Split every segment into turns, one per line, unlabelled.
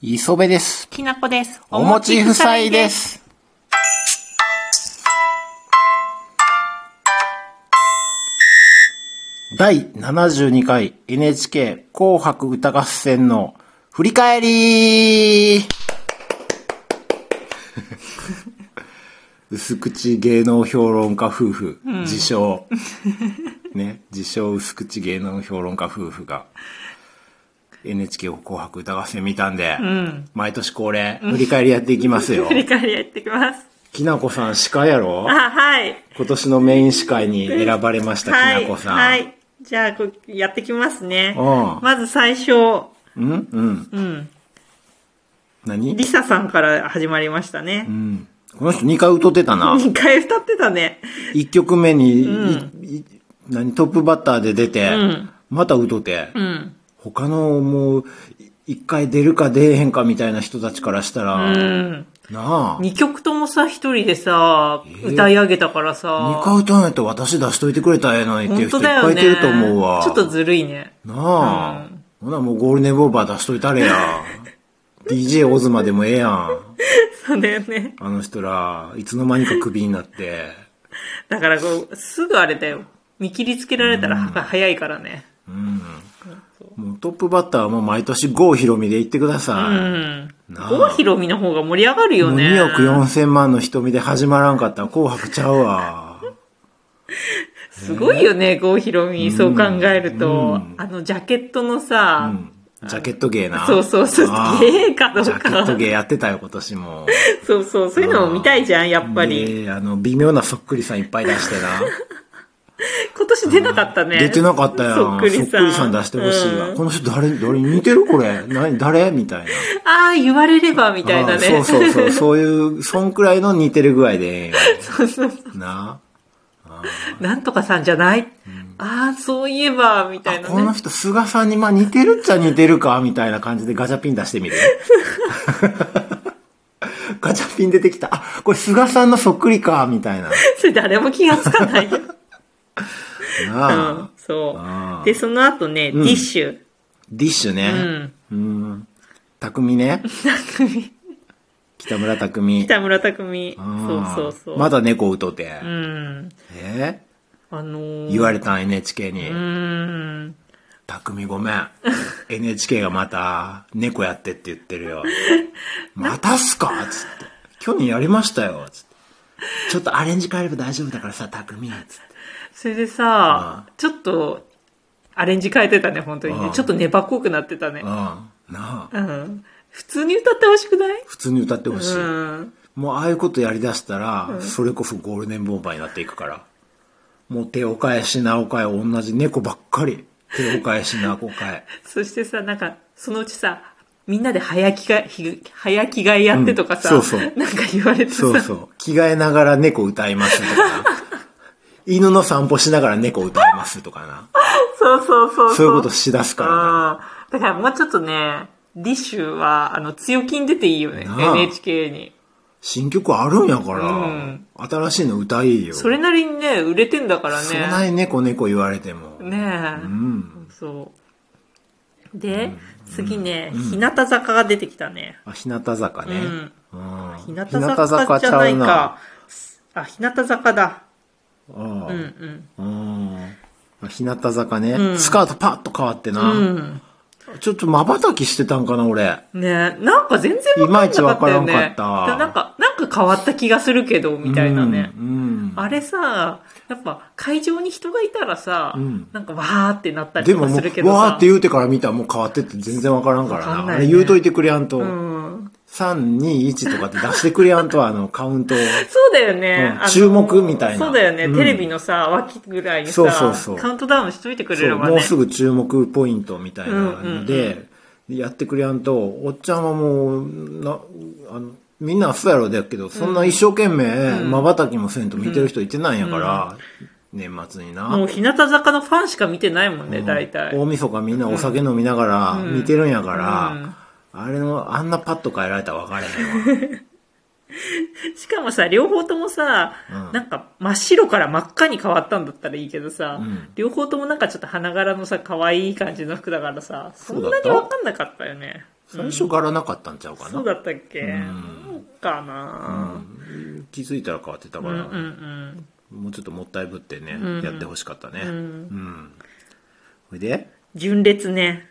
磯部です。
きなこです。
お餅夫妻で。す。第72回 NHK 紅白歌合戦の振り返り薄口芸能評論家夫婦、自称。ね、自称薄口芸能評論家夫婦が NHK 紅白歌合戦見たんで、毎年恒例、振り返りやっていきますよ
振。り返りやってきます。
きなこさん司会やろ
あ、はい。
今年のメイン司会に選ばれました、
はい。
きなこさん。
はい。じゃあ、こやってきますね。
うん
まず最初、
うんうん。
うん。
何
リサさんから始まりましたね
う。ん。この人2回歌ってたな。
2回歌ってたね。
1曲目に、いい何トップバッターで出て、
ん
また歌って、
うん。
他のもう、1回出るか出えへんかみたいな人たちからした
う
ら、
ん。
なあ。
2曲ともさ、1人でさ、
ー
歌い上げたから
二。
さ
回歌うんやったら私出しといてくれたらええのにっていう
本
人
当
いっ
だ
ぱ
よ
いい
ね。
てると思うわ。
ちょっとずるいね。
なあ。ほなもうゴールデンボーバー出しといたれ や。DJ オズマでもええやん。
そうだよね。
あの人ら、いつの間にかクビになって。
だからこう、すぐあれだよ。見切りつけられたらは早いからね。
もうトップバッターはもう毎年郷ひろみで行ってくだ
う
さ
ん。
い。なあ
郷ひろみの方が盛り上がるよ
もう
ね。
2億4千万の瞳で始まらんかったら紅白ちゃうわ。
すごいよね、郷ひろみ。そう考えると。あの、ジャケットのさ、
ジャケット芸な。
そうそうそう
ああ
ゲーかどうか
ジャケット芸やってたよ、今年も。
そうそう、そういうのも見たいじゃん、やっぱり。
で。あの、微妙なそっくりさんいっぱい出して な。
今年出なかったね。
出てなかったやん。
そっくりさん。
さん出してほしいわ。
うん
この人誰、誰に似てるこれ。何、誰みたいな。
ああ、言われれば、みたいな
あ
ね。
ーそうそうそう。そういう、そんくらいの似てる具合でええんよ。
そうそう
な
なんとかさんじゃない、ああ、そういえば、みた
あ
い。な
この
ね。
人、菅さんに、まあ似てるっちゃ似てるか、みたいな感じでガチャピン出してみ る。ガチャピン出てきた。あ、これ菅さんのそっくりか、みたいな。
それ誰も気がつかないよ。う
なあ、
ん、そ
あー
う。で、その後ね、ディッシュ。
ディッシュ
う
ね。
ん。
うん。匠ね。北村匠。
北村匠海。
うん
そうそうそう。
まだ猫歌うて。
うん。
え
あのー、
言われたん NHK に。
うん。
匠ご めん。NHK がまた、猫やってって言ってる よ。またっすかつって。去年やりましたよ。つって。ちょっとアレンジ変えれば大丈夫だからさ、匠。つって。
それでさ、ちょっと、アレンジ変えてたね、本当に
う
ね
ん。
ちょっと粘っこくなってたね
うん。。なあ。
うん。普通に歌ってほしくない
普通に歌ってほしい。
うん。
もうああいうことやりだしたら、それこそゴールデンボンバーになっていくから。もう手を変え、品を変え、同じ猫ばっかり。手を変え、品を変え。
そしてさ、なんか、そのうちさ、みんなで早着替えひ、早着替えやってとかさ、
うんそうそう
なんか言われてさ、
そうそう。着替えながら猫歌いますと かな。犬の散歩しながら猫歌いますとかな。
そうそうそ う
そういうことしだすからな。
うん。だからもうちょっとね、ディッシュは、あの、強気に出ていいよね、
なあ
NHK に。
新曲あるんやから、
うん
新しいの歌いいよ。
それなりにね、売れてんだからね。
そんなに猫猫言われても。
ねえ。
うん。
そう。で、次ね、日向坂が出てきたね。
あ、日向坂ね。うん
日向坂じゃない。か。あ、日向
日向坂ちゃ
坂だ。う
うな。
ん
うん。うん日向坂ね、
うん
スカートパッと変わってな、
うん。うん。
ちょっと瞬きしてたんかな、俺。
ねえなんか全然わかんなかったよね。
いまいちわからんかった
なんか、なんか変わった気がするけど、みたいなね。
うん。うん
あれさ、やっぱ会場に人がいたらさ、
うん
なんかわーってなったり
で
と
も
か
もう、
するけどさ。
わーって言うてから見たらもう変わってって全然わからんから
わ
な。
かんない
あ
ね
れ言うといてくれやんと、
うん。
3、2、1とかって出してくれやんと、あの、カウントを。
そうだよね
う。ん
あの
注目みたいな
そうだよね。
うん
テレビのさ、脇ぐらいにさ
そうそうそう
カウントダウンしといてくれ
そ
れ
う、
ばね。
もうすぐ注目ポイントみたいなの
うん
で、やってくれやんと、おっちゃんはもう、な、あの、みんなそうやろだけど、そんな一生懸命、瞬きもせんと見てる人いてないんやから、年末にな。
もう日向坂のファンしか見てないもんね、大体。
大晦日みんなお酒飲みながら見てるんやから、あれの、あんなパッと変えられたら分からへんわ。
しかもさ、両方ともさ、
うん
なんか真っ白から真っ赤に変わったんだったらいいけどさ、
ん
両方ともなんかちょっと花柄のさ、可愛い感じの服だからさ、そん
そうだ
な
った
にわかんなかったよね。
最初柄なかったんちゃうかな、
そうだったっけ、そうかな、
うん気づいたら変わってたから、
うん、うん
もうちょっともったいぶってね、やってほしかったね
う
うんん、ほいで
純烈ね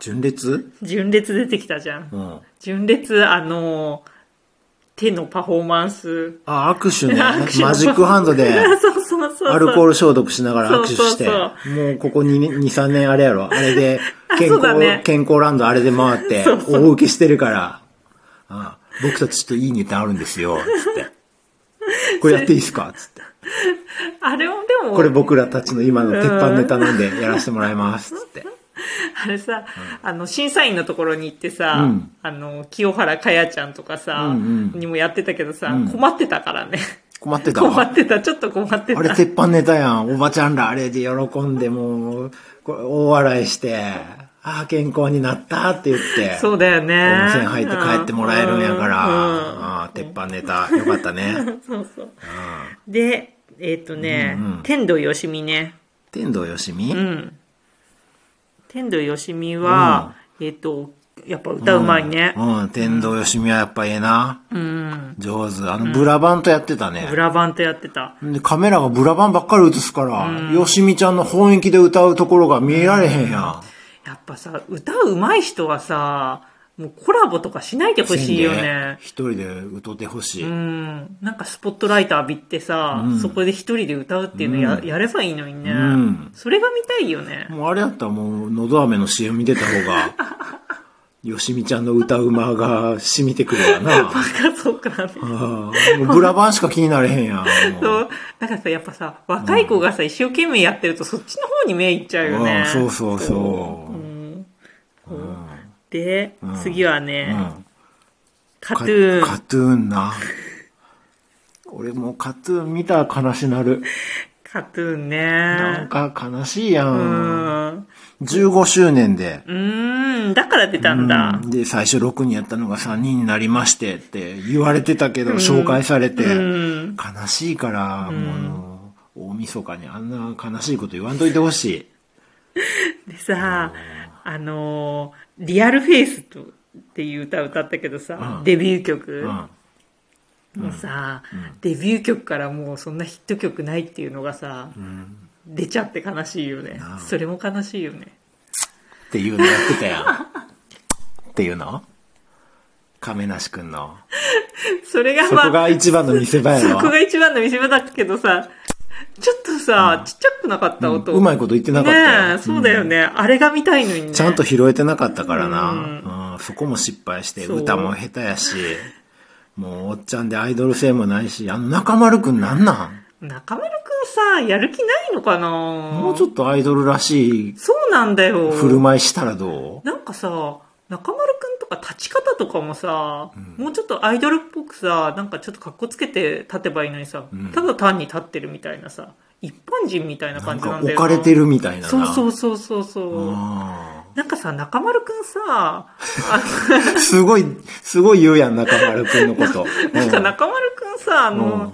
純烈
純烈出てきたじゃん
うん
純烈あの手のパフォーマンス
あ握手ね
握手の
マジックハンドで
そうそうそうそう
アルコール消毒しながら握手して
そうそう
もうここに23年あれやろあれで
あ
健
そうだ
康、
ね
健康ランドあれで回って
そうそう
大受けしてるからあ僕たちちょっといいネタあるんですよつってこれやっていいですかつって
あれもでも
これ僕らたちの今の鉄板ネタなんでやらせてもらいますつって
あれさ、あの審査員のところに行ってさ、
うん
あの清原かやちゃんとかさ、
うんうん
にもやってたけどさ、
うん
困ってたからね
困ってたわ
困ってたちょっと困ってた
あれ鉄板ネタやん。おばちゃんらあれで喜んでもう、これ大笑いして、ああ、健康になったって言って。
そう
う
だよね
温泉入って帰ってもらえるんやから、
うんうん
ああ鉄板ネタ、よかった ね。
そうそう。で、えっ、とね、
うんうん
天童よしみね。
天童よしみ、
うん。天童よしみは、えっ、と、やっぱ歌うまいね。
うん、天童よしみはやっぱええな。
うん。
上手。あの、ブラバンとやってたね
ブ。ラバンとやってた。
でカメラがブラバンばっかり映すから、よしみちゃんの本域で歌うところが見えられへんやん。
やっぱさ、歌うまい人はさ、もうコラボとかしないでほしいよね。
一人で歌ってほしい。
うん。なんかスポットライト浴びてさ、そこで一人で歌うっていうのや,、やればいいのにね、
ん
それが見たいよね。
もうあれやったらもう、のど飴の CM 見てた方 が、よしみちゃんの歌うまが染みてくるわな。 あ
なんかそうかね。
あもうブラバンしか気になれへんやん。も
そう。だからさ、やっぱさ、若い子がさ、一生懸命やってると、そっちの方に目いっちゃう
う
よね。
うんそうそう
そ。
そう
う
う。
んで、次はね、
うん
カトゥー
カ
ン。
トゥーンな。俺もうカトゥーン見たら悲しなる。
カトゥーン
なん
ね。
か悲しいや。
うんん。う
15周年で。
ーん。だから出たんだ。
うんで、最初6人やったのが3人になりましてって言われてたけど、紹介されて、
うん。
悲しいから、もう、大晦日にあんな悲しいこと言わんといてほしい。
でさ、あのーリアルフェイスと、っていう歌歌ったけどさ、
うん
デビュー曲、
うん。
もうさ、デビュー曲からもうそんなヒット曲ないっていうのがさ、出ちゃって悲しいよね
なあ。
それも悲しいよね。
っていうのやってたやん。っていうの亀梨くんの。
それが
そ
まあ、
こが一番の見せ場や
そ
ろ
こ。が一番の見せ場だけどさ、ちょっとさ、ちっちゃくなかった音。
うんうまいこと言ってなかったよ
ねえ、そうだよね。あれが見たいのにね。
ちゃんと拾えてなかったから
う
な。うん、そこも失敗して、
そう
歌も下手やし、もうおっちゃんでアイドル性もないし、あの中丸くんなんなん
中丸くんさ、やる気ないのかな
もうちょっとアイドルらしい
そうなんだよ。
振る舞いしたらどう
なんかさ、中丸くんとか立ち方とかもさ、もうちょっとアイドルっぽくさ、なんかちょっと格好つけて立てばいいのにさ、
ん
ただ単に立ってるみたいなさ、一般人みたいな
なん
感じ
か
なん
置
だよ
かれて
る
るみたいなな。
そうそうそうそうそう。
うん
なんかさ、中丸くんさ、
すごい、すごい言うやん、中丸くんのこと。
あなん か
うん
中丸くんさ、あの、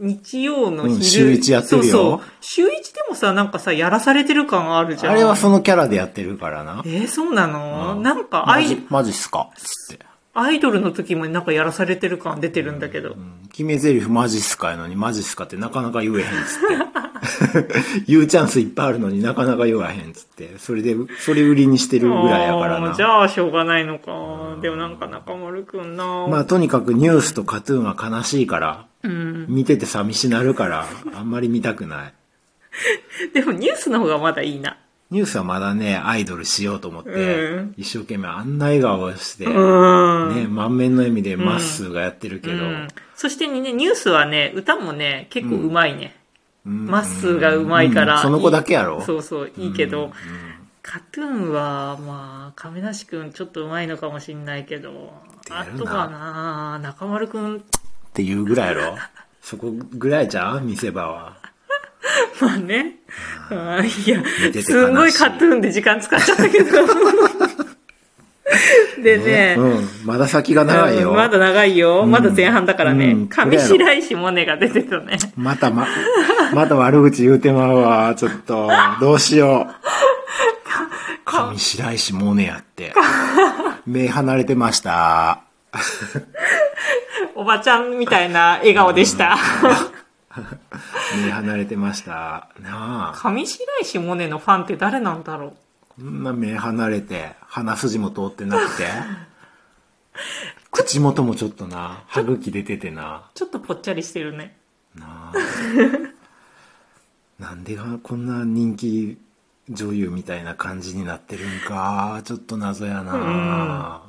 日曜の昼、
うん週一やってるよ
そうそう。週一でもさ、なんかさ、やらされてる感あるじゃん。
あれはそのキャラでやってるからな。
えーそうなの、
うん
なんかア
マジ
イ、
マジっすかつって。
アイドルの時もなんかやらされてる感出てるんだけど。
うん決め台詞マジっすかやのに、マジっすかってなかなか言えへんっつって。 言うチャンスいっぱいあるのになかなか言わへんっつって。それで、それ売りにしてるぐらいやから
あーじ
な。
ゃあ、しょうがないのか。でもなんか中丸くんな、
まあ、とにかくニュースとカトゥーンは悲しいから、
うん。
見てて寂しなるから、あんまり見たくない。
でもニュースの方がまだいいな。
ニュースはまだね、アイドルしようと思って、
うん
一生懸命あんな笑顔をして、
うん。
ね、満面の笑みでまっすーがやってるけ
う
ど、
ん、そしてね、ニュースはね、歌もね、結構うまい
うん
ね。まっすーがうまいから、
うんその子だけやろ
いいそうそう、いいけど、カトゥーンは、まあ、亀梨くんちょっとうまいのかもしんないけど、
出るな
あとはな、中丸くん、
っていうぐらいやろそこぐらいじゃん見せ場は。
まあね、あーいや
見てて悲しい
すんごいカトゥーンで時間使っちゃった けど。でね、
うん。まだ先が長いよ。
うんまだ長いよ。まだ前半だからね。
うん
上白石萌音が出てたね。
またま、 また悪口言うてまうわ。ちょっと、どうしよう。上白石萌音やって。目離れてました。
おばちゃんみたいな笑顔でした。
目離れてました。なあ。
上白石萌音のファンって誰なんだろう
こんな目離れて、鼻筋も通ってなくて。口元もちょっとな、歯茎出ててな。
ちょっとぽっちゃりしてるね。
なあ。なんでがこんな人気女優みたいな感じになってるんか。ちょっと謎やな。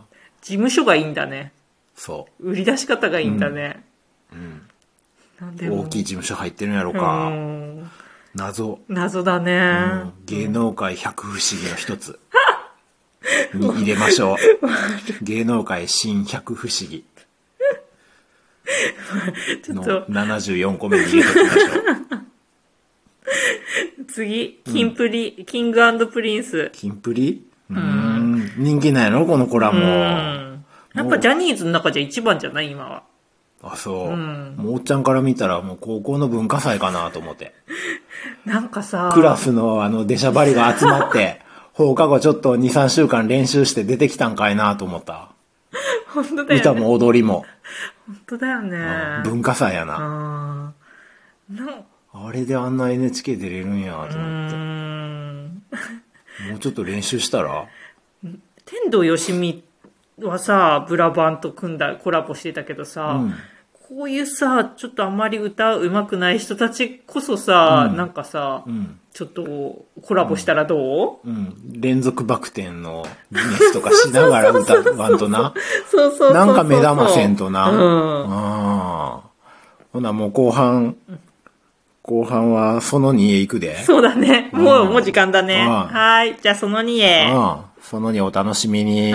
事務所がいいんだね。
そ
売り出し方がいいんだね。
う。うん。
なんでも。
大きい事務所入ってるんやろ
う
か。
ん
謎。
謎だね。
うん芸能界百不思議の一 つに入れましょ う。芸能界新百不思議
ちょ
の
っと、
74個目に入れておきまし ょう。
次、キンプリ、キングプリンス。
キンプリうーん。人気ないのこの子ら
う
も。
ん。やっぱジャニーズの中じゃ一番じゃない今は。
あ、そう。
ん
もうおっちゃんから見たらもう高校の文化祭かなと思って。
なんかさ、
クラスのあの出しゃばりが集まって、放課後ちょっと2、3週間練習して出てきたんかいなと思った。
本当だよね。
歌も踊りも。
本当だよね。
文化祭やな。
あーなん
あれであんな NHK 出れるんやと
う
思って。
ーん。
もうちょっと練習したら
天童よしみはさ、ブラバンと組んだ、コラボしてたけどさ、
うん
こういうさ、ちょっとあんまり歌うまくない人たちこそさ、なんかさ、
うん。
ちょっとコラボしたらど
う
う、
ん。連続バク転のギネスとかしながら歌わんとな。
そうそうそうそう。
なんか目玉せんとな。
うん。
うん。ほな、もう後半、後半はその2へ行くで。
そうだね。もう、
うん
もう時間だね。
うん
はーい。じゃあその2へ。
うん。その2お楽しみに。